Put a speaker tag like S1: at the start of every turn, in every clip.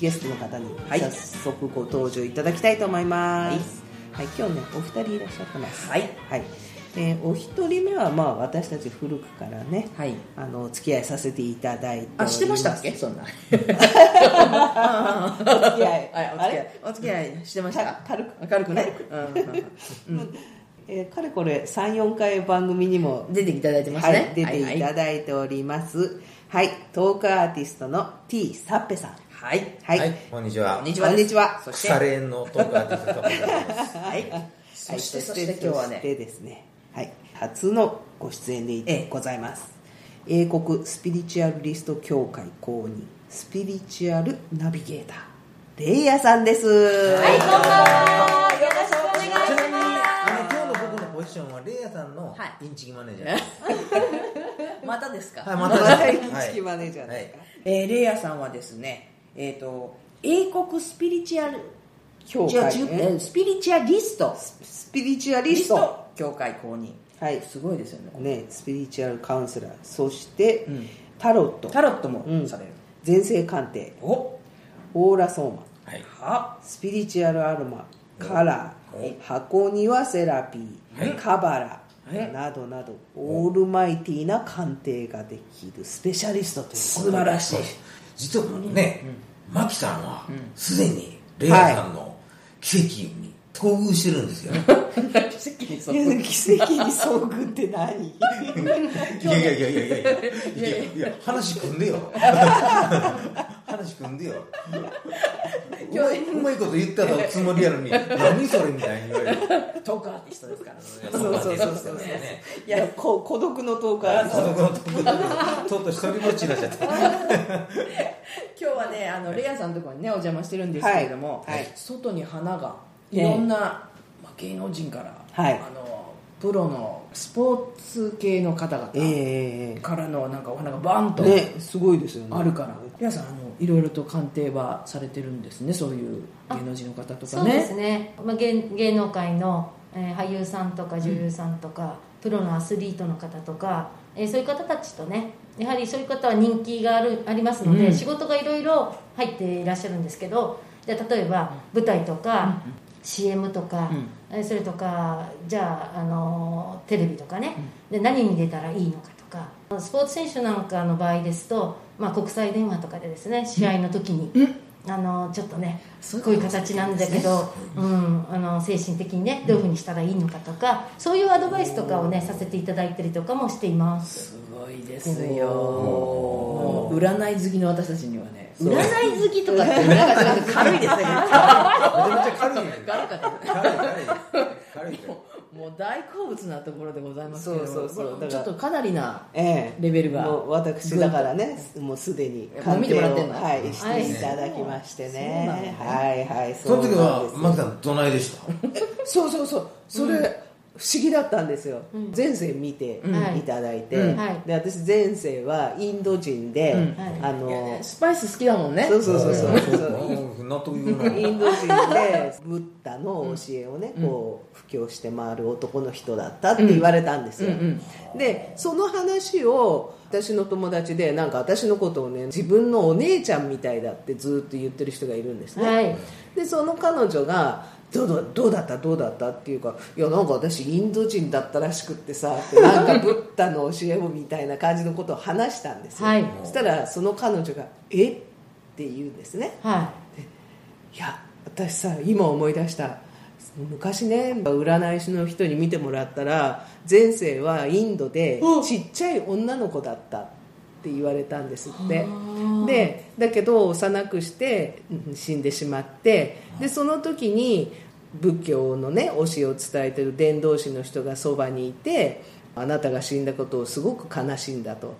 S1: ゲストの方に
S2: はい
S1: 早速ご登場いただきたいと思います、はい今日ねお二人いらっしゃってます
S2: はい、
S1: はいえーお一人目はまあ私たち古くからね
S2: はい
S1: あのお付き合いさせていただいており
S2: あ
S1: す
S2: してましたっけ そんな
S1: お付き合い
S2: はいお
S1: あ
S2: 付き合
S1: れ
S2: いお付き合いしてました
S1: か軽く
S2: 軽くね、うんうんうん
S1: えーかれこれ34回番組にも
S2: うん、出ていただいてます
S1: は
S2: ね
S1: い、出てい
S2: は
S1: た
S2: い
S1: だいております。はい、トークアーティストの T サッペさん。
S2: はい
S1: はい、
S3: はい、こんにちは。
S2: こんにち
S1: こんにちは
S2: はそして
S3: 腐れ縁のトークアーティストと申します。
S2: はいそして
S1: はい
S2: そして今日は
S1: そし
S2: ね
S1: てですね、はい、初のご出演
S2: え
S1: で
S2: え
S1: ございます。英国スピリチュアルリスト協会公認スピリチュアルナビゲーターレイヤーさんです。
S2: はいこんばんは
S1: よろしくお願いしま
S3: ちなみに、あの、今日の僕のポジションは、レイヤさんの
S2: はい
S3: インチキマネージャーです。
S2: またですか、
S3: はい、
S1: ま
S3: また
S1: た
S3: で
S1: イン
S3: す。
S1: チキマネージャーですか。
S2: えーレイヤーさんはですね、えー、と英国スピリチュアル
S1: 協
S2: じゃあ
S1: 会
S2: じゅえ
S1: ね
S2: ースピリチュアリスト
S1: スピリチュアリスト。
S2: 協会公認
S1: はい、
S2: すごいですよね
S1: ね、スピリチュアルカウンセラー、そして、
S2: うん
S1: タロット、
S2: タロットも
S1: うん
S2: される、
S1: 前世鑑定、
S2: お
S1: オーラソーマ、
S3: はい。
S2: は
S1: スピリチュアルアロマ、カラ
S2: はい
S1: ー、箱庭セラピー、カバ
S2: はい
S1: ラ、などなど、オールマイティな鑑定ができるスペシャリストということで
S2: 素晴らしい
S3: 実はね、マキさんは、すでに、レイヤさんの奇跡に遭遇してるんですよ。
S1: いや 奇跡に遭遇って何
S3: いやいやいやいやいやいやいやいや、話組んでよ。 話組んでよ。うまいうまいこと言ったつもりやのに、何それみたいに言われる。
S2: トークアーティストですから
S3: そう
S1: そうそうそう そう
S3: ね。
S1: いやこ孤独のトークアーティ
S3: 孤
S1: スト
S3: 独のところとうとう一人ぼっちになっちゃった。
S2: 今日はねあのレイヤーさんのところにねお邪魔してるんですけれども、
S1: はいはい
S2: 外に花がい
S1: ね
S2: ろんな、まあ、芸能人から、
S1: はい
S2: あのプロのスポーツ系の方々
S1: ええ
S2: からのなんかお花がバンと、
S1: ねすごいですよね
S2: あるから、レイヤーさんあのいろいろと鑑定はされてるんですねそういう芸能人の方と
S4: そ
S2: か
S4: う
S2: ね
S4: ですね、まあ、芸芸能界の、えー俳優さんとか女優さんとか、プロのアスリートの方とか、えーそういう方たちとねやはりそういう方は人気があるありますので、
S2: うん
S4: 仕事がいろいろ入っていらっしゃるんですけどじゃあ例えば舞台とか、CM とか、えーそれとかじゃあ、あのーテレビとかね、で何に出たらいいのかとかスポーツ選手なんかの場合ですと、まあ、国際電話とかでですね試合の時に、あのーちょっとね
S2: そういうこ
S4: こう
S2: と
S4: いう形なんだけど、うん、あの精神的にねどういうふうにしたらいいのかとかそういうアドバイスとかをねさせていただいたりとかもしています
S2: すごいですよ占い好きの私たちにはね
S4: 占い好きとかってなんかちょっと軽いで すね
S3: めちゃめちゃ軽いね。
S2: ガラガラ
S3: 軽い軽い軽い。
S2: もう大好物なところでございますけれども
S1: そうそうそう
S2: これ
S1: だか
S2: ちょ
S1: ら
S2: っとかなりな
S1: ええ
S2: レベルが
S1: もう私だからねもうすでに
S2: もう見てもらってんの
S1: はいしていただきましてね
S2: そう
S1: はいはい
S3: その
S1: な
S3: 時
S1: んで
S3: は
S1: す、
S3: マキさん、どないでした
S1: そうそうそうそれ、不思議だったんですよ、前世見て
S4: ん
S1: いただいて、
S2: うん
S4: はい
S1: で私前世はインド人で、
S2: ん
S4: は
S1: あの、
S2: スパイス好きだもんね
S1: そうそうそうそう
S3: うん納得いくな。
S1: インド人でブッダの教えをね、こう布教して回る男の人だったって言われたんですよ、
S2: うん
S1: でその話を私の友達でなんか私のことをね自分のお姉ちゃんみたいだってずっと言ってる人がいるんですね、
S4: はい
S1: でその彼女がどうだどうだったどうだったっていうかいやなんか私インド人だったらしくってさってなんかブッダの教えをみたいな感じのことを話したんですよ、
S4: はい
S1: そしたらその彼女が「えっ?」て言うんですね
S4: はい
S1: や私さ今思い出した昔ね占い師の人に見てもらったら前世はインドで
S2: うん
S1: ちっちゃい女の子だったって言われたんですって
S4: あ
S1: でだけど幼くしてうん死んでしまってでその時に仏教のね教えを伝えてる伝道師の人がそばにいてあなたが死んだことをすごく悲しんだと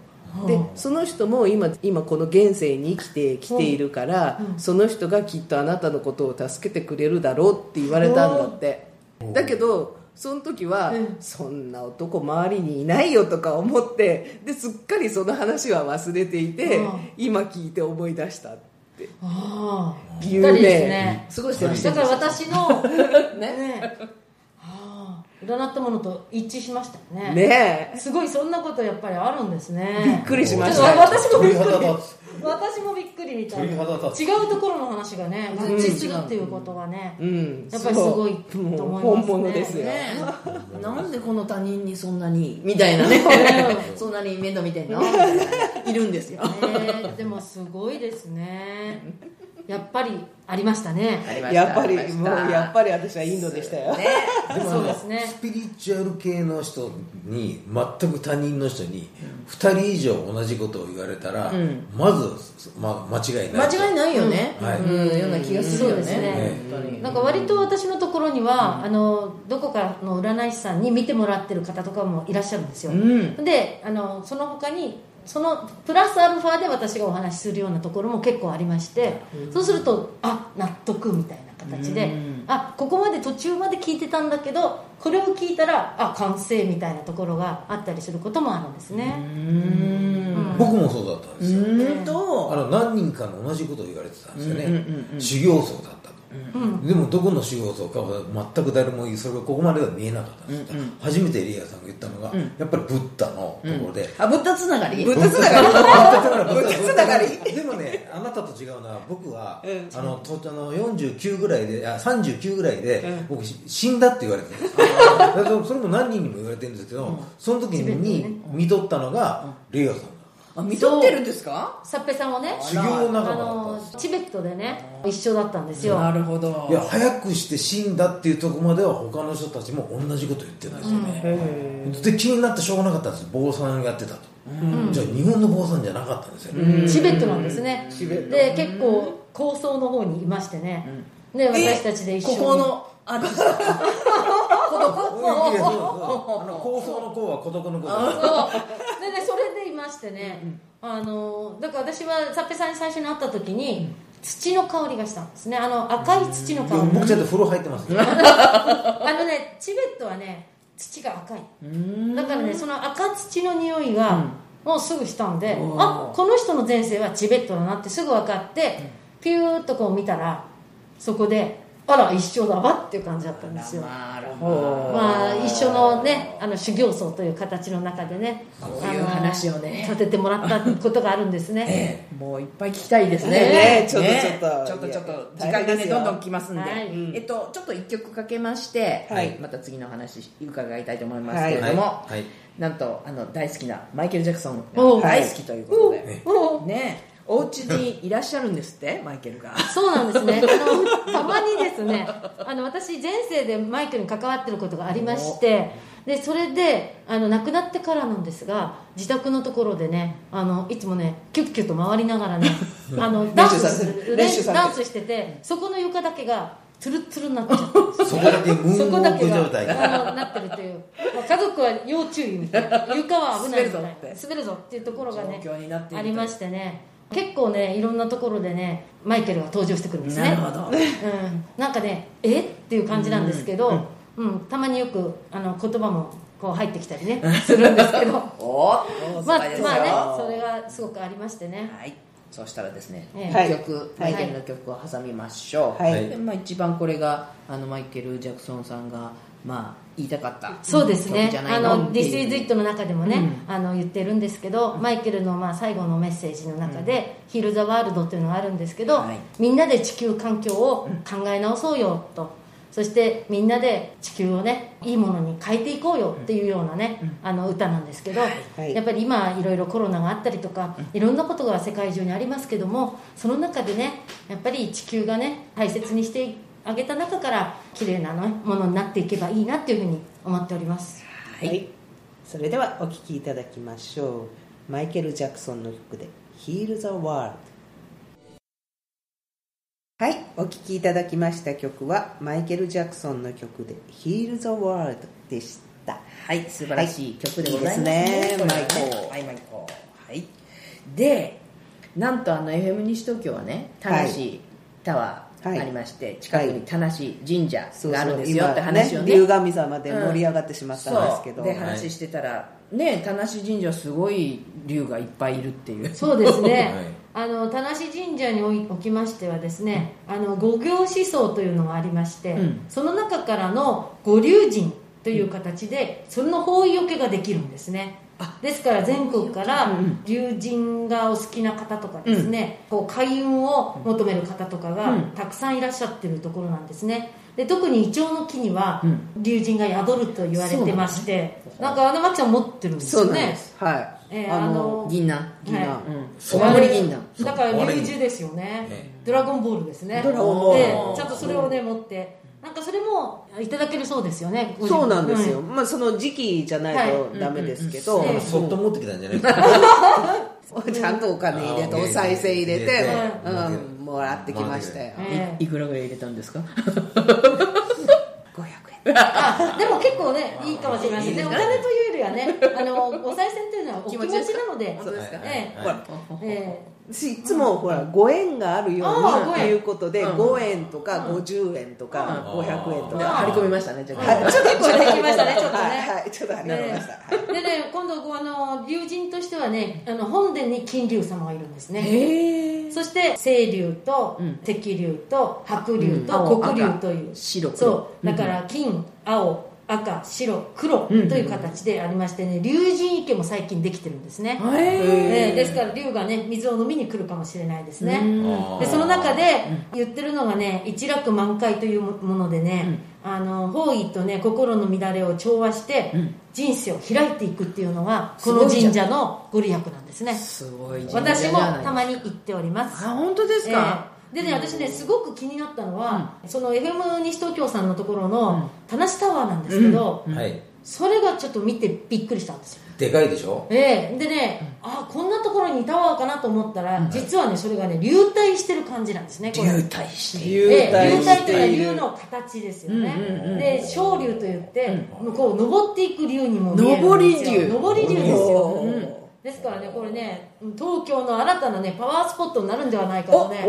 S1: でその人も今今この現世に生きてきているから、その人がきっとあなたのことを助けてくれるだろうって言われたんだってだけどその時は、
S4: うん
S1: そんな男周りにいないよとか思ってですっかりその話は忘れていて、
S4: うん
S1: 今聞いて思い出したって
S4: あー
S1: 有名
S4: ぴったりですね
S1: 過ごしてました
S4: だから私のねああ占ったものと一致しましたよね
S1: ねえ
S4: すごいそんなことやっぱりあるんです
S1: びっ
S4: ね
S1: くりしまし
S4: ちょっ
S1: た
S4: と私もびっくり
S3: 鳥肌立つ
S4: 私もびっくりみたいな違
S3: 鳥肌立つ
S4: うところの話がね
S2: うん
S4: 一致するっていうことがね、
S1: うん
S4: やっぱりすごいと
S1: そう
S4: 思いますね
S1: もう本物ですよ、
S2: ねえなんでこの他人にそんなにみたいなね そんなに面倒見てんのみたいないるんです よ
S4: ねでもすごいですねやっぱりありましたね
S1: やっぱりもうやっぱ
S2: り
S1: り私はインドでしたよ、
S2: ね
S3: でもあ
S4: そう
S3: の
S4: ですね
S3: スピリチュアル系の人に全く他人の人に2人以上同じことを言われたら、
S2: うん
S3: まず、ま、間違いない
S2: 間違いないよね、
S3: はい
S2: うんような気がするよ
S4: そうです
S2: ね
S4: ね
S2: 本当に
S4: なんか割と私のところには、あのどこかの占い師さんに見てもらってる方とかもいらっしゃるんですよ、
S2: うん
S4: であのその他にそのプラスアルファで私がお話しするようなところも結構ありまして、そうするとあ納得みたいな形で、
S2: うん
S4: あここまで途中まで聞いてたんだけどこれを聞いたらあ完成みたいなところがあったりすることもあるんです
S2: う
S4: ね、
S2: ん
S3: 僕もそうだったんですよ、
S2: うん
S3: あ
S2: と
S3: の何人かの同じことを言われてたんですよね、
S2: うんうんうんうん
S3: 修行僧だったと、
S4: うん
S3: でもどこの修行僧かは全く誰もそれがここまでは見えなかったんですよ、
S2: うんうん
S3: 初めてリアさんが言ったのが、
S2: ん
S3: やっぱりブッダのところで、
S2: あぶったつながり
S1: ぶっ
S3: ぶ
S1: た
S3: っ
S1: つながり
S3: がりでもねあなたと違うのは僕は、あのとあの49ぐらいであ39ぐらいで、僕し死んだって言われてるんですだから それも何人にも言われてるんですけど、その時に見とったのが、レイヤさんだ
S2: あ見とってるんですか
S4: サッペさんもね
S3: 修行
S4: あ
S3: 仲間だったん
S4: の
S3: です
S4: チベットでね一緒だったんですよ
S2: なるほど
S3: いや早くして死んだっていうとこまでは他の人たちも同じこと言ってるんですよね、で気になってしょうがなかったんです坊さんやってたと、じゃあ日本の坊さんじゃなかったんですよね、
S4: チベットなんですね
S1: チベット
S4: で結構高層の方にいましてね、で私たちで一緒に
S2: ここのあのこのこ
S3: いやそうそうあの構想の功は孤独の子だ
S4: そうでねそれでいましてね、あのだから私はサッペさんに最初に会った時に、土の香りがしたんですねあの赤い土の香り
S3: 僕ちゃんと風呂入ってますよ
S4: あのねチベットはね土が赤いだからねその赤土の匂いがもうすぐしたんで、
S2: おー
S4: あこの人の前世はチベットだなってすぐ分かって、ピューっとこう見たらそこであら一緒だわっていう感じだったんですよ
S2: なる
S1: ほど
S4: まあ、一緒のねあの修行僧という形の中でね
S2: こういう話をね
S4: あの立ててもらったことがあるんですね、
S2: もういっぱい聞きたいですね。
S1: ねえちょっと
S2: ね
S1: ちょっと
S2: ちょっとちょっと時
S1: 大変
S2: 間が
S1: で
S2: ね
S1: すよ
S2: どんどん来ますんで、
S4: はい
S2: えっとちょっと一曲かけまして、
S1: はい
S2: はいまた次の話伺いたいと思いますけれども、
S3: はいはい
S2: なんとあの大好きなマイケルジャクソン
S4: お
S2: が
S4: う
S2: 大好きということで、
S3: ね
S4: おう
S2: ねえお家にいらっしゃるんですってマイケルが。
S4: そうなんですねあのたまにですねあの私前世でマイクに関わってることがありましてでそれであの亡くなってからなんですが自宅のところでねあのいつもねキュッキュッと回りながらねあのダンスする
S1: 練習されてる
S4: ダンスしててそこの床だけがツルッツルになっちゃったんです
S3: そこだけムーンウォーク状態が
S4: あのなってるという、まあ、家族は要注意みたいな床は危ないみたいな
S2: 滑るぞって
S4: 滑るぞっていうところがね
S2: 状況になっている
S4: ありましてね結構ねいろんなところでねマイケルが登場してくるんですね
S2: なるほど。
S4: うん、なんかねえっていう感じなんですけど、うんたまによくあの言葉もこう入ってきたりねするんですけどま
S2: お
S4: あ
S2: お
S4: まあ
S2: で
S4: ね
S2: すよ。
S4: それがすごくありましてね
S2: はい、そうしたらですね、
S4: ええ
S2: 一曲
S1: は
S2: マ
S1: い
S2: イケルの曲を挟みましょう、
S1: はい
S2: でまあ、一番これがあのマイケル・ジャクソンさんが、まあ、言いたかった
S4: そうです
S2: 曲
S4: ね
S2: じゃな
S4: あ
S2: いの
S4: の「
S2: っていう
S4: This is It」の中でもね、あの言ってるんですけど、マイケルのまあ最後のメッセージの中で「ヒル・ザ・ワールド」っていうのがあるんですけど、
S2: はい
S4: みんなで地球環境を考え直そうよと、そしてみんなで地球をねいいものに変えていこうよっていうようなね、あの歌なんですけど、
S1: はい
S4: やっぱり今いろいろコロナがあったりとかいろんなことが世界中にありますけどもその中でねやっぱり地球がね大切にしてあげた中から綺麗なねものになっていけばいいなっていうふうに思っております
S1: はい、それではお聴きいただきましょうマイケル・ジャクソンの曲で「Heal the World」はいお聴きいただきました曲はマイケル・ジャクソンの曲で「Heal the World」でした
S2: はい素晴らしい曲でございます
S1: いいですね
S2: これ
S1: マ
S2: はね
S1: イコー
S2: はいマイコーはいでなんとあの FM 西東京はね田無、タワーありまして、近くに田無神社
S1: そう
S2: があ
S1: そ
S2: る
S1: うん
S2: ですよ
S1: 今
S2: って話を
S1: ね
S2: ね
S1: 龍神様で盛り上がってしまったんですけど、
S2: そうで話してたら、ね田無神社すごい龍がいっぱいいるっていう
S4: そうですね、あの田無神社においおきましてはですね、あの五行思想というのがありまして、
S2: うん
S4: その中からの五龍神という形で、その方位よけができるんですねですから全国から龍神がお好きな方とかですね、こう開運を求める方とかがたくさんいらっしゃってるところなんですねで特にイチョウの木には龍神が宿ると言われてまして、なんかあのまっちゃん持ってるんですよね
S1: はい
S4: えー、あの
S2: 銀杏
S1: 銀杏
S2: お守り銀杏
S4: だから龍珠ですよねドラゴンボールですね
S1: ドラゴンボール
S4: でちゃんとそれをね持ってなんかそれもいただけるそうですよね
S1: そうなんですよ、まあその時期じゃないとダメですけど、
S3: そっと持ってきたんじゃないです
S1: ちゃんとお金入れてお賽銭入れて、うん、もらってきましたよ、
S2: いいくらぐらい入れたんですか
S1: 500円
S4: あでも結構ねいいかもしれませんねお金というよりはねあのお賽銭というのはお気持ちなので
S1: そうですか
S4: え
S1: ほ ら
S4: ええ
S1: 私いつもほらご縁があるよ
S4: あ
S1: う
S4: ー
S1: に
S4: ご
S1: っ
S4: 縁
S1: ていうことで
S2: うん
S1: 5円とか50円とか500円とか
S2: 張り込みましたねじゃあ、
S1: はいちょっと
S4: 結構できましたねちょっとね
S1: はいはいちょっとはなりましたはい
S4: えでね今度こうあの龍神としてはねあの本殿に金龍様がいるんですね
S2: へえ
S4: そして青龍と
S2: うん
S4: 赤龍と白龍
S2: う
S4: と
S2: ん
S4: 黒龍という
S2: 白黒
S4: そうだから金青赤白黒という形でありましてね龍神池も最近できてるんですね
S2: へ
S4: えーですから龍がね水を飲みに来るかもしれないですね
S3: か
S4: でその中で言ってるのがね一楽満開というものでね、あの方位とね心の乱れを調和して
S2: うん
S4: 人生を開いていくっていうのが
S2: す
S4: こ
S2: ご
S4: の
S2: いじゃん
S4: 神社のご利益なんですね
S2: すごい神社じ
S4: 私
S2: ゃ
S4: も
S2: ない
S4: たまに行っております
S2: あ本当ですか、
S4: ええでね私ねすごく気になったのは、その FM 西東京さんのところの田無タワーなんですけど、
S3: はい
S4: それがちょっと見てびっくりしたんですよ
S3: でかいでしょ
S4: ええでね、あこんなところにタワーかなと思ったら、実はねそれがね流体してる感じなんですねこれ
S2: 流体している
S1: 流
S4: ええ流体
S1: 体
S4: といううのは竜の形ですよね、で昇竜といって、こう登っていく竜にも見える
S2: 登
S4: ん
S2: り
S4: です
S2: 竜
S4: よ登り竜ですよ
S1: おー
S4: ですからねこれね東京の新たなねパワースポットになるんではないかとね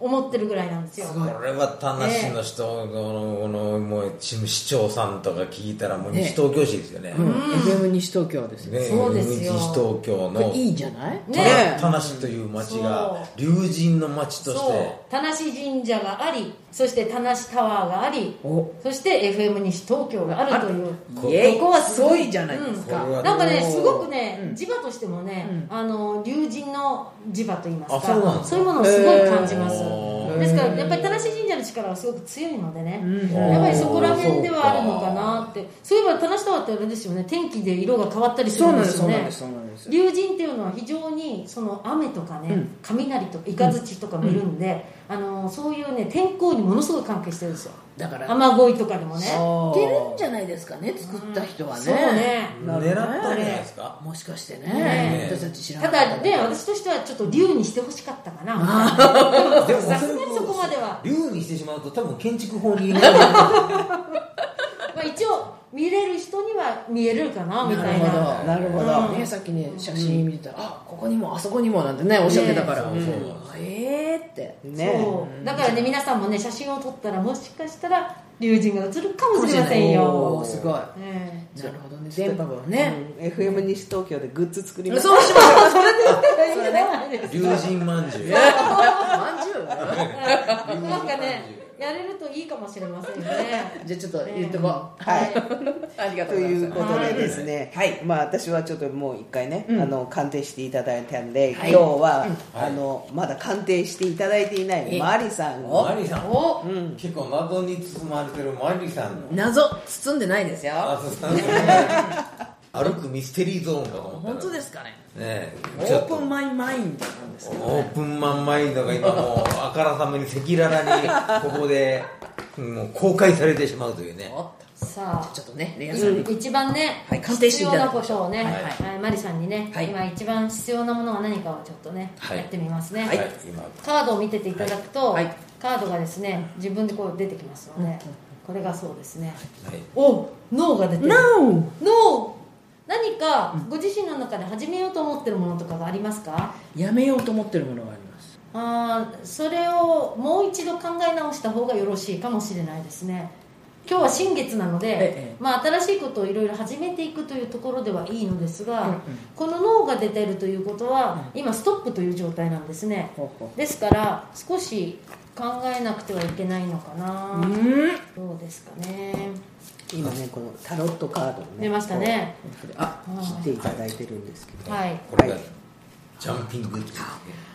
S4: 思ってるぐらいなんですよ
S3: これは田無の人、このこのもう市市長さんとか聞いたらもう西東京市ですよね、
S2: うん FM 西東京ですよ、
S3: ね
S4: そうですよ
S3: 西東京
S2: これ
S3: の
S2: いいじゃない
S4: ね
S1: ね
S3: 田無という町が龍神の町とし
S4: そう田無神社がありそして田無タワーがあり
S2: お
S4: そして FM 西東京があるという
S3: こ
S2: イエイ
S4: ここはすご
S2: す
S4: い
S2: ごいじゃないですか、
S3: うんこれは
S4: なんかね
S2: おー
S4: すごくね
S2: うん
S4: 磁場としてもねあの龍神の磁場といいますか
S3: あそうなんだ
S4: そういうものをすごい感じます
S3: へー
S4: ですからやっぱり田無神社の力はすごく強いのでね
S2: うん
S3: あー
S4: やっぱりそこら辺ではあるのかなってそういえば田無タワーってあれですよね天気で色が変わったりす
S2: そ
S4: る
S2: うんなん
S4: で
S2: ですす
S4: よ
S2: そうなんで
S4: ね
S2: すそうなんです
S4: 龍神っていうのは非常にその雨とかね、
S2: うん
S4: 雷とか雷とかもいるんで、あのそういうね天候にものすごい関係してるんですよ
S2: だから
S4: 雨乞いとかでもね
S2: 知ってるんじゃないですかね作った人はね,、
S4: そうね
S3: て狙ったんじゃないですか
S2: もしかしてね
S4: ね
S2: 私たち知らな
S4: た
S2: かった
S4: だね私としてはちょっと龍にしてほしかったかなでもさすがにそこまでは、
S3: 龍にしてしまうと多分建築法に な
S4: まあ、一応見れる人には見えるかなみたい
S2: なる
S4: な
S2: ほどなるほど、ね、さっきね写真見てたら、あここにもあそこにもなんてねおっしゃってたから、
S3: ねそうそう
S2: うんえーって
S1: ね
S4: そうだからね皆さんもね写真を撮ったらもしかしたら龍神が映るかもしれません
S2: おー
S4: よ、
S2: すごいな
S4: ええ
S2: るほどね電波もね、
S1: うん FM 西東京でグッズ作りましょう
S2: そうしましょうそれで
S4: それね
S3: 龍神まんじゅう
S2: まんじゅ う
S4: なんかね、やれるといいかもしれませんね。
S2: じゃあちょっと言っとこう、
S1: はい
S2: ありが
S1: と
S2: とうございます
S1: いうことでですね、
S2: はい
S1: まあ、私はちょっともう一回ね、
S2: うん
S1: あの鑑定していただいたんで、
S2: はい
S1: 今日は、
S3: うん
S1: あのまだ鑑定していただいていない
S2: え
S1: マリさん
S3: マ
S1: を
S3: リさん
S2: お
S3: 結構謎に包まれてるマリさ んの
S2: 謎包んでないですよ
S3: あそう歩くミステリーゾーンかと思ったら
S2: 本当ですすかね
S3: ね
S2: オ
S3: ちょ
S2: ー
S3: っと
S2: プンマイマインドなんですけど
S3: オープンマンマインドが今もうあからさまに赤裸々にここでもう公開されてしまうというね
S2: おっ
S4: さ
S2: と
S4: あ、
S2: ちょっとねレアさんに、
S4: うん一番ね、
S2: はい鑑定して
S4: 必
S2: い
S4: 要
S2: ただ
S4: な
S2: き
S4: こ
S2: ましょう
S4: とをね、
S2: はいはい
S4: はいマリさんにね、
S2: はい
S4: 今一番必要なものは何かをちょっとね、
S3: はい
S4: やってみますね、
S3: はい今
S4: カードを見てていただくと、
S2: はいはい
S4: カードがですね、自分でこう出てきますので、これがそうですね。
S3: はい
S4: お、脳が出てる。
S2: NO!
S4: 脳。何かご自身の中で始めようと思ってるものとかがありますか？
S2: やめようと思ってるものがあります
S4: あーそれをもう一度考え直した方がよろしいかもしれないですね今日は新月なので、
S2: ええ
S4: まあ、新しいことをいろいろ始めていくというところではいいのですが、
S2: うんうん
S4: この脳が出てるということは、今ストップという状態なんですね
S2: ほうほう
S4: ですから少し考えなくてはいけないのかな、
S2: うん
S4: どうですかね
S1: 今ねこのタロットカードをね
S4: 出ましたね
S1: こうあ切っていただいてるんですけど
S4: はい
S3: これが
S1: はい
S3: ジャンピングできてる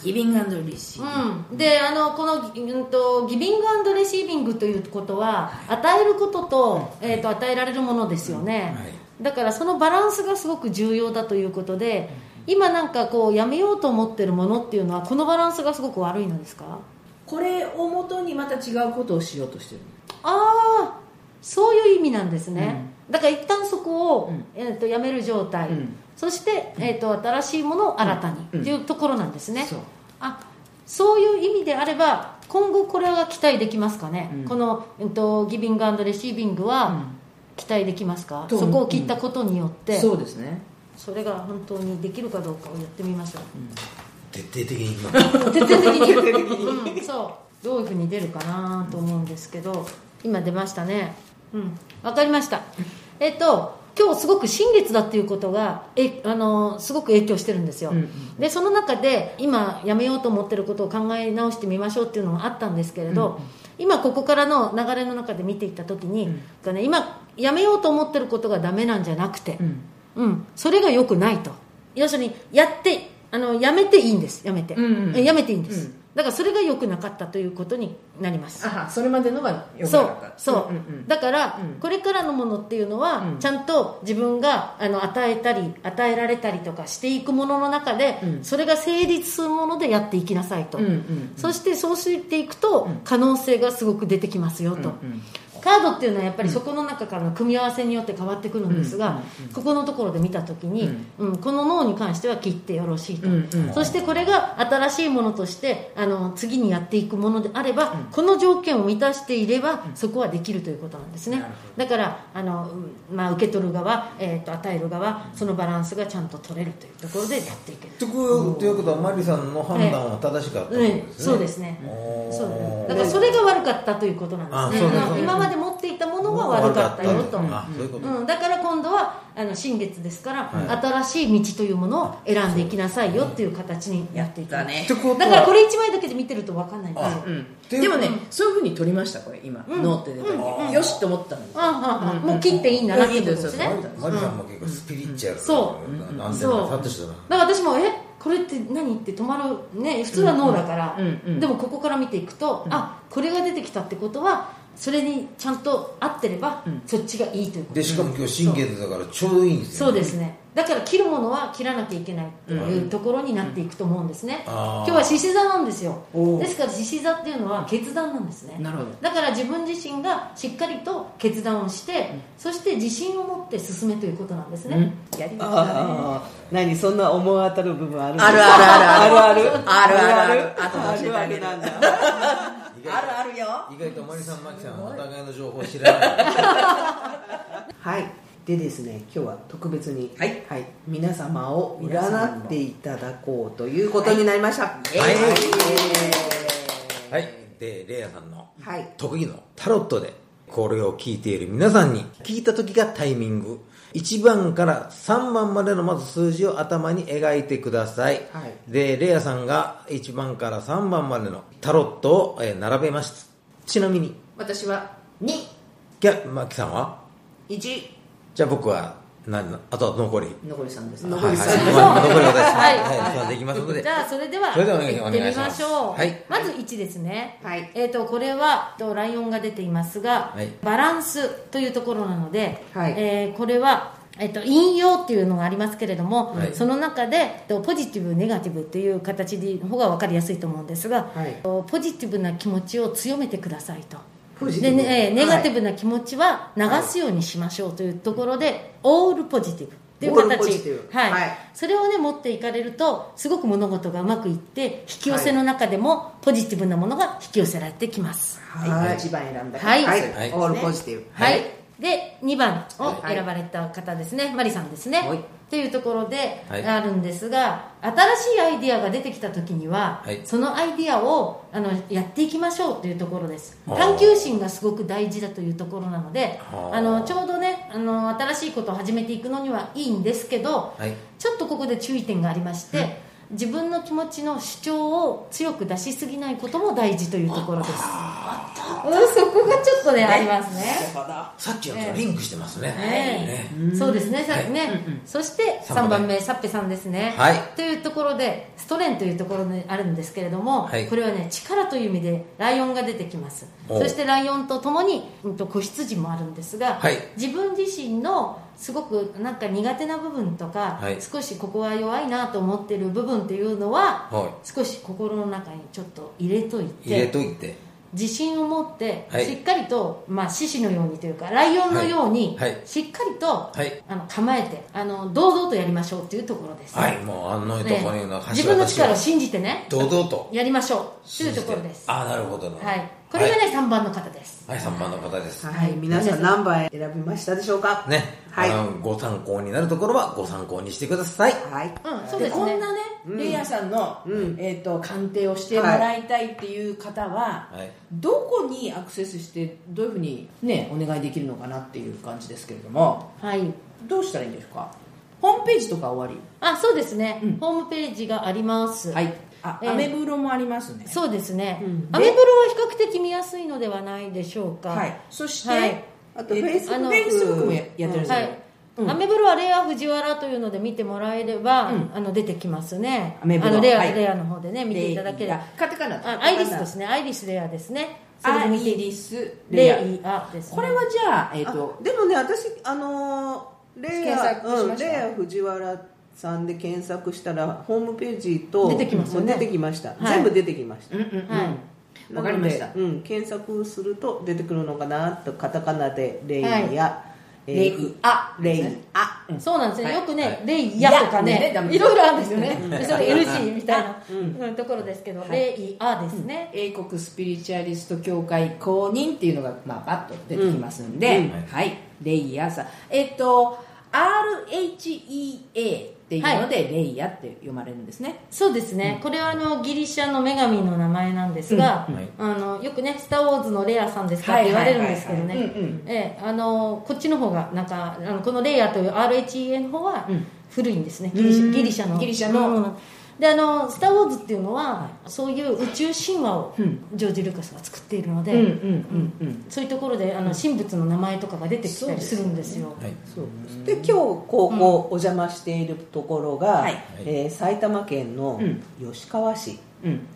S2: ギビングリシーブ
S4: うん、であのこの、うん、とギビングレシービングということは与えることと,、えー、と与えられるものですよね、
S3: はい
S4: だからそのバランスがすごく重要だということで今なんかこうやめようと思ってるものっていうのはこのバランスがすごく悪いのですか
S2: これをもとにまた違うことをしようとしてる
S4: ああそういう意味なんですね、だから一旦そこを、
S2: うん
S4: えー、とやめる状態、
S2: うん
S4: そして、えー、と新しいものを新たに、
S2: うん
S4: というところなんですね、
S2: そう
S4: あそういう意味であれば今後これは期待できますかね、
S2: うん
S4: この、えっと、ギビングレシービングは期待できますか、
S2: と
S4: そこを切ったことによって、
S2: そうですね
S4: それが本当にできるかどうかをやってみましょう
S3: 徹底的に今は
S4: 徹底的に、うん、そうどういうふうに出るかなと思うんですけど今出ましたねうんわかりましたえっと今日すごく新月だっていうことがえあのすごく影響してるんですよ、
S2: うんうん
S4: でその中で今やめようと思ってることを考え直してみましょうっていうのがあったんですけれど、今ここからの流れの中で見ていった時に、だね今やめようと思ってることがダメなんじゃなくて、
S2: うん
S4: うん、それが良くないと要するにやってあのやめていいんですやめて、
S2: うんうんうん
S4: やめていいんです、
S2: うん
S4: だからそれが良くなかったということになります
S2: あそれまでのが良く
S4: そ
S2: な
S4: う
S2: かった
S4: そう、
S2: んんん
S4: だから、
S2: うん
S4: これからのものっていうのは、
S2: うん
S4: ちゃんと自分があの与えたり与えられたりとかしていくものの中で、
S2: うん
S4: それが成立するものでやっていきなさいと、
S2: うんうん
S4: そしてそうしていくと、
S2: ん
S4: 可能性がすごく出てきますよ
S2: うん
S4: と、
S2: うん
S4: カードっていうのはやっぱりそこの中からの組み合わせによって変わってくるんですが、ここのところで見た時に、うんこの脳に関しては切ってよろしいと、
S2: うんうん
S4: そしてこれが新しいものとしてあの次にやっていくものであれば、この条件を満たしていれば、そこはできるということなんですね
S2: なる
S4: だからあの、うんまあ、受け取る側、えー、と与える側そのバランスがちゃんと取れるというところでやっていける
S3: というということはマリさんの判断は正しかったということですね、
S4: そうですね
S3: おー
S4: そうですだからそれが悪かったということなんですね
S3: あそうですそう
S4: うん
S3: です
S4: 今まで持っていたものが悪かったよと、
S3: あそういうこと、
S4: うん、だから今度はあの新月ですから、
S3: はい
S4: 新しい道というものを選んでいきなさいよっていう形にやっていきます
S2: やったね
S3: ってことは
S4: だからこれ1枚だけで見てると分かんないんですよ
S3: あ
S2: うん
S3: ていう
S2: でもねそういうふうに取りましたこれ今
S4: うん
S2: ノーって出た時
S3: うん
S2: よしと思ったの
S4: ああああもう切っていいんだなっていうことですね
S2: いい
S3: マ
S2: ん
S3: リ
S2: で
S3: マリさんも結構スピリチュアル
S4: そう
S3: ななんで
S4: そう
S3: も立ってたな
S4: だから私もえこれって何って止まるね普通は脳だから、
S2: うんうんうん
S4: でもここから見ていくと、あこれが出てきたってことはそれにちゃんと合ってれば、
S2: ん
S4: そっちがいいということ
S3: でしかも今日新月だからちょうどいいんですよ
S4: そうですねだから切るものは切らなきゃいけないっていうところになっていくと思うんですね、
S3: あー
S4: 今日は獅子座なんですよ
S2: おー
S4: ですから獅子座っていうのは決断なんですね
S2: なるほど
S4: だから自分自身がしっかりと決断をして、そして自信を持って進めということなんですね、
S2: うんやりましたね
S1: ああ何そんな思い当たる部分ある
S2: あるあるある
S1: ある
S2: ある
S1: あ
S2: ある
S1: る
S2: あと
S1: あ
S2: 教えて
S1: る
S2: あ
S1: あ
S2: げ
S1: る
S2: る
S1: なんだ
S3: 意
S2: あ
S3: 外
S2: るあるよ
S3: 意外とマリさんマキさんはお互いの情報知らない
S1: はいでですね今日は特別に、
S2: はい
S1: 皆様を
S2: 皆様に
S1: 占
S2: も
S1: っていただこうということになりましたは
S3: はい
S1: は
S3: はいい、でレイヤさんの
S1: はい
S3: 特技のタロットでこれを聞いている皆さんに聞いた時がタイミング1番から3番までのまず数字を頭に描いてください、
S1: はい
S3: でレイヤさんが1番から3番までのタロットをえー並べましたちなみに
S2: 私は2
S3: ギャマキさんは
S2: 1
S3: じゃあ僕は何のあとは残り
S2: 残り3です
S1: 残り
S3: は
S1: 三
S3: いはい
S4: そう
S3: まあ残り私
S4: はい
S3: はいそうできますので
S4: じゃあそれでは
S3: それではお願い
S4: 行ってみましょう
S3: お願いし
S4: まず1ですね、
S1: はい
S4: えー、とこれはとライオンが出ていますが、
S3: はい
S4: バランスというところなので、
S1: はい
S4: えーこれは、えー、と引用っていうのがありますけれども、
S3: はい
S4: その中でえーとポジティブネガティブという形での方が分かりやすいと思うんですが、
S1: はい
S4: とポジティブな気持ちを強めてくださいと。
S1: ポジティ
S4: で
S1: ブ
S4: ねえーネガティ
S1: は
S4: ブな気持ちは流すようにしましょうというところで、オールポジティブっていう
S1: オールポジ
S4: 形
S1: ティブ
S4: はい
S1: はい
S4: それをね持っていかれるとすごく物事がうまくいって引き寄せの中でもポジティブなものが引き寄せられてきます
S1: いはい
S2: 一番選んだ
S4: はい
S1: は
S3: はい
S1: いオールポジティブ
S4: はい、
S3: はい
S4: で2番を選ばれた方ですね、マリさんですね、
S3: はい
S4: というところで
S3: はい
S4: あるんですが、新しいアイディアが出てきた時には、
S3: はい
S4: そのアイディアをあのやっていきましょうというところです
S3: あー
S4: 探求心がすごく大事だというところなので
S3: あー
S4: あのちょうどねあの新しいことを始めていくのにはいいんですけど、
S3: はい
S4: ちょっとここで注意点がありまして、自分の気持ちの主張を強く出しすぎないことも大事というところですうんそこがちょっとねありますね
S3: さっきのとリンクしてますね
S4: ね
S3: ね
S4: そうですね、さ
S3: はい
S4: ね、そして
S3: 三番
S4: 3番
S3: 目
S4: 目、サッペさんですね。
S3: はい
S4: というところで、ストレンというところにあるんですけれども、
S3: はい
S4: これはね、力という意味でライオンが出てきます。
S3: お
S4: そしてライオンとともに、うんと、子羊もあるんですが、
S3: はい
S4: 自分自身のすごくなんか苦手な部分とか、
S3: はい
S4: 少しここは弱いなと思ってる部分っていうのは、
S3: は
S4: 少し心の中にちょっと入れといて
S3: い入れといて
S4: 自信を持って、
S3: はい
S4: しっかりと、まあ、獅子のようにというかライオンのように、
S3: はいはい
S4: しっかりと、
S3: はい
S4: あの構えてあの堂々とやりましょうというところです、
S3: はいもうあのと
S4: ね
S3: このような
S4: 自分の力を
S3: 橋
S4: 信じてね
S3: 堂々と
S4: やりましょうとい
S3: 信
S4: う
S3: じ
S4: と
S3: て
S4: ころです、は
S3: ああなるほどなるほど
S4: い、これがね、3番の方です
S3: はい3番の方です
S4: い
S5: はい、皆さん何番選びましたでしょうか
S3: ね
S5: はい
S3: あのご参考になるところはご参考にしてください
S5: はい
S4: うんそう
S2: で
S4: です
S2: こ
S4: ね
S2: んなね、レイヤーさんの、
S5: うん
S2: えー、と鑑定をしてもらいたいっていう方は、
S3: はい
S2: どこにアクセスしてどういうふうに、ね、お願いできるのかなっていう感じですけれども
S4: はい
S2: どうしたらいいんですかホームページとか終わ
S4: あそうですね、
S2: うん
S4: ホームページがあります、
S2: りはいあ、
S4: えー
S2: アメブロもありますね
S4: そうですね、
S2: うん
S4: アメブロは比較的見やすいのではないでしょうか
S2: はい、そして、
S4: はい
S5: あと
S2: えー
S5: Facebook
S4: あの
S2: フェイスブックもややってるんですよ、
S4: はい
S2: うん
S4: アメブロはレア藤原というので見てもらえれば、
S2: うん
S4: あの出てきますね
S2: アメブロ
S4: あのレア、
S2: はい
S4: レアの方でね見ていただければ
S2: カタカナ
S4: あアイリスですねアイリスレアですねそれ
S2: ア
S4: で見て
S2: イリス
S4: レ
S2: レ
S4: ア
S2: ア
S4: です、ね、
S2: これはじゃあえっ、
S5: あ
S2: と
S5: でもね私あのーレイヤ
S2: 検索し
S5: うん、
S2: ました
S5: レイヤ藤原さんで検索したらホームページと
S4: 出てきますよね
S5: もう出てきました、
S4: はい
S5: 全部出てきました
S2: うんうんうん
S4: はい
S2: わかりました
S5: なのでうん、検索すると出てくるのかなとカタカナでレイヤ、えー
S2: レイア
S5: レイ
S2: ですね
S5: ア
S4: そうなんですね、
S2: はい
S4: よくね、
S3: はい
S4: レイヤとか
S2: いやね
S4: ね
S2: ダメ
S4: いろいろあるんですよね
S2: うん
S4: それ NG みたいな、
S5: うん
S4: うんところですけど、
S2: い
S4: レイアですね、
S2: 英国スピリチュアリスト協会公認っていうのが、まあ、バッと出てきますんで、
S5: うん
S3: うん
S2: はいレイヤーさんえっと RHEA っていうので、レイヤーって読まれるんですね
S4: そうですね、これはあのギリシャの女神の名前なんですが、
S3: うんはい
S4: あのよくね「スター・ウォーズ」のレアさんですかって言われるんですけど
S2: はいは
S4: ね
S2: いはいはいうんうん
S4: ええあのこっちの方がなんかあのこのレイヤーという RHEA の方は
S2: うん
S4: 古いんですね、ギリシ
S2: う
S4: ャ
S2: ん
S4: ギリシャの
S2: ギリシャの
S4: うんであの「スター・ウォーズ」っていうのは、そういう宇宙神話を
S2: うん
S4: ジョージ・ルーカスが作っているので、
S2: うんうんうんうん
S4: そういうところであの神仏の名前とかが出てきたりするんですよ
S3: はい
S5: そうで今日ここお邪魔しているところが、
S2: はい
S5: えー埼玉県の吉川市、
S2: うん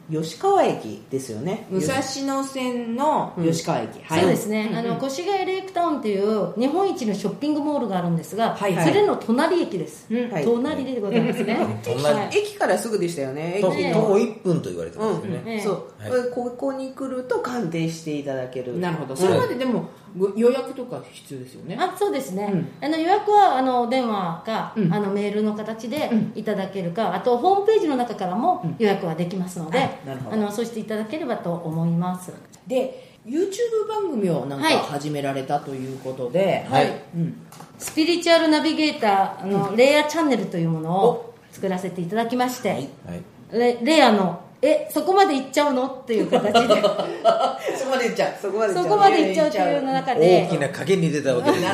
S5: 吉川駅ですよね
S2: 武蔵野線の吉川駅、はい
S4: そうですね、
S2: んん
S4: あの越谷レイクタウンっていう日本一のショッピングモールがあるんですが、
S2: はいはい
S4: それの隣駅です、
S2: うん
S5: はい
S4: 隣でございますね、
S3: 隣
S4: はい
S5: 駅からすぐでしたよね駅
S3: と
S5: の
S3: 徒歩1分と言われてますよね、
S4: ええ
S5: そう、
S3: は
S5: ここに来ると鑑定していただける
S2: なるほどそれまででもご予約とか必要ですよね
S4: あそうですね、
S2: うん
S4: あの予約はあのお電話か、
S2: うん
S4: あのメールの形で
S2: うん
S4: いただけるか、あとホームページの中からも予約はできますので、
S5: あなるほ
S4: あ
S5: ど
S4: のそうしていただければと思います
S2: で YouTube 番組をなんか
S4: はい
S2: 始められたということで、
S3: はい
S2: うん、
S4: スピリチュアルナビゲーターのレイヤーチャンネルというものを作らせていただきまして、
S3: はい
S4: レレイヤーの「えそこまで行っちゃうの?」っていう形で
S2: そこまで言っちゃう
S5: そこまで
S4: そ
S5: じゃ
S4: こ
S5: あ
S4: まで行っちゃうというの中で
S3: 大きな影に出たわけですよ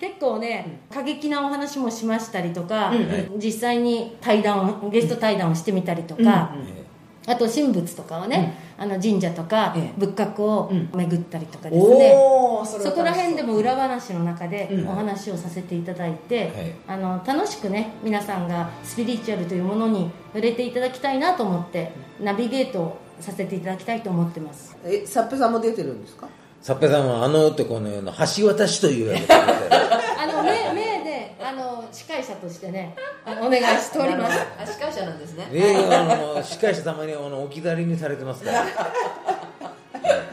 S4: 結構ね過激なお話もしましたりとか、
S2: うん
S4: 実際に対談をゲスト対談をしてみたりとか、
S2: うん
S3: え
S4: あと神仏とかをね、あの神社とか
S2: ええ
S4: 仏閣を
S2: うん
S4: 巡ったりとかですね、
S2: おおそ
S4: そこら辺でも裏話の中で
S2: うん
S4: お話をさせていただいて、あの楽しくね皆さんがスピリチュアルというものに触れていただきたいなと思ってナビゲートをさせていただきたいと思ってます
S5: えサップさんも出てるんですか
S3: サッペさんはあの男のような橋渡しというやつで
S4: あの目目であの司会者としてねあお願いしております
S2: あ司会者なんですね
S3: ええあの司会者様にあの置き去りにされてますから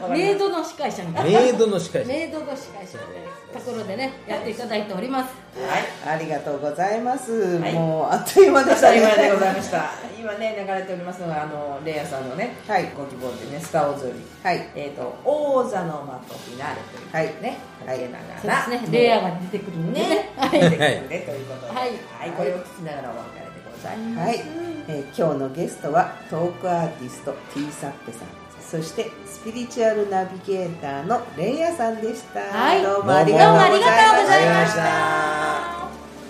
S4: メイドの司会者みたいな
S3: メイドの司会者
S4: メイドの司会者みたいなところでねやっていただいております
S5: ありがとうございます、
S2: い
S5: もうあっという間で
S2: 当
S5: した
S2: た
S5: ね
S2: り前でございました今ねね流れておりますのがあのレイヤさんのね、
S1: はい
S2: ご希望でねスカオズより、
S1: はい
S2: えー、と王座のマとフィナーレということでね、
S1: はい
S2: かけながら
S4: そうですねレイヤーが出てくるんでね
S2: ね
S4: は
S2: 出
S4: い
S2: てくるんでということで、
S4: はい
S2: これを聞きながらお別れでございます。
S1: はい、えー今日のゲストはトークアーティスト T サップさんそしてスピリチュアルナビゲーターのレイヤさんでした、
S4: はい
S1: どう
S3: どうも
S1: も
S3: あ
S1: あ
S3: り
S1: り
S3: が
S1: が
S3: と
S1: と
S3: う
S1: う
S3: ご
S1: ご
S3: ざ
S1: ざ
S3: い
S1: い
S3: ま
S1: ま
S3: し。
S1: した